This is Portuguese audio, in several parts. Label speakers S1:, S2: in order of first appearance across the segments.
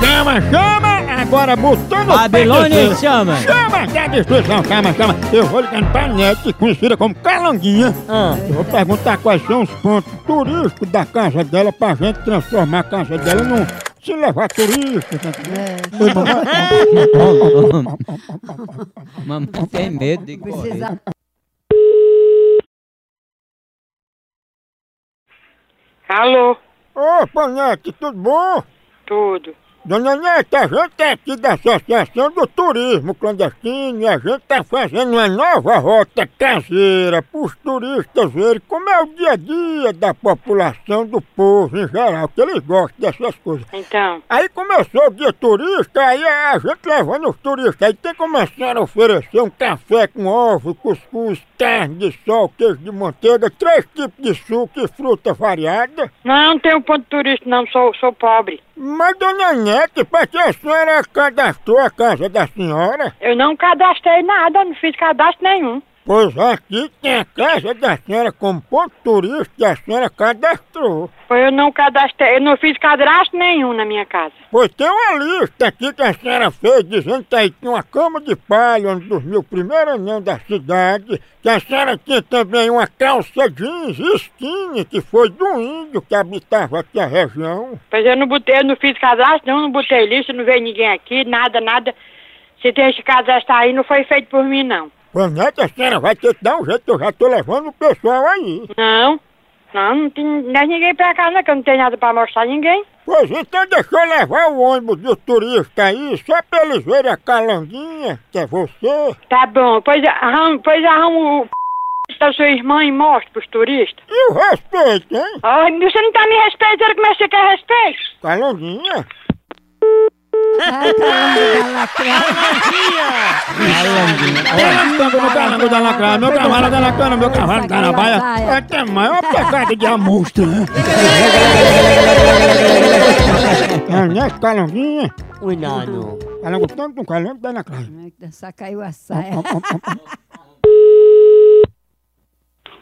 S1: chama, chama! Agora botando
S2: Babilônia chama.
S1: Chama, tá destruição, chama, chama. Eu vou ligando pra net, conhecida como Calonguinha. Eu vou perguntar quais são os pontos turísticos da casa dela pra gente transformar a casa dela num. Se levar turista, tá entendendo?
S3: É,
S2: Mamãe tem medo de correr.
S3: Precisa...
S4: Alô,
S1: Ô, Nete, tudo bom?
S4: tudo.
S1: Dona Nete, a gente é aqui da Associação do Turismo Clandestino e a gente tá fazendo uma nova rota caseira pros turistas verem como é o dia a dia da população, do povo em geral, que eles gostam dessas coisas.
S4: Então,
S1: Aí começou o dia turista, aí a gente levando os turistas, aí tem como a senhora oferecer um café com ovo, cuscuz, carne de sol, queijo de manteiga, três tipos de suco e fruta variada.
S4: não, não tenho ponto turista não, sou, sou pobre.
S1: Mas dona Nete, pra que a senhora cadastrou a casa da senhora?
S4: Eu não cadastrei nada, não fiz cadastro nenhum.
S1: Pois aqui tem a casa da senhora como ponto turista e a senhora cadastrou.
S4: Pois Eu não cadastrei, eu não fiz cadastro nenhum na minha casa.
S1: Pois tem uma lista aqui que a senhora fez dizendo que aí tinha uma cama de palha onde dormiu o primeiro anão da cidade, que a senhora tinha também uma calça jeans skinny que foi do índio que habitava aqui a região.
S4: Pois eu não botei, eu não fiz cadastro nenhum, não botei lista, não veio ninguém aqui, nada, nada. Se tem esse cadastro aí, não foi feito por mim não.
S1: Pois neta, a senhora vai ter que dar um jeito, eu já tô levando o pessoal aí.
S4: Não, não, não tem não é ninguém pra cá não, que eu não tenho nada pra mostrar a ninguém.
S1: Pois então deixa eu levar o ônibus do turista aí, só pra eles verem a calanguinha, que é você.
S4: Tá bom, pois arruma, pois arruma o p... da sua irmã e mostra pros turistas.
S1: E o respeito, hein?
S4: Oh, você não tá me respeitando, como é que você quer respeito?
S1: Calanguinha.
S3: Ai, caramba, da lacrada.
S1: Calango, meu calango da lacrana, meu cavalo da lacrana, meu cavalo da
S3: Saia.
S1: larabaia. É até maior pecado de amostra. né? Ah, né, calanguinha?
S5: Ui, nano.
S1: Calango tanto, um calango da lacrana.
S3: Só né, caiu a saia.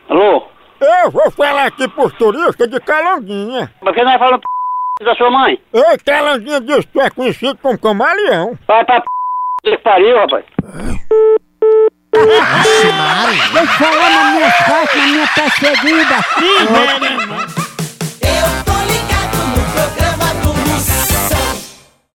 S6: Alô?
S1: Eu vou falar aqui pros turistas de calanguinha.
S6: Por que não é falando p... da sua mãe?
S1: Ei, calanguinha diz que tu é conhecido como camaleão.
S6: Vai pra p... que pariu, rapaz.
S5: Não fala na minha sorte, na minha perseguida.
S1: Ih, velho,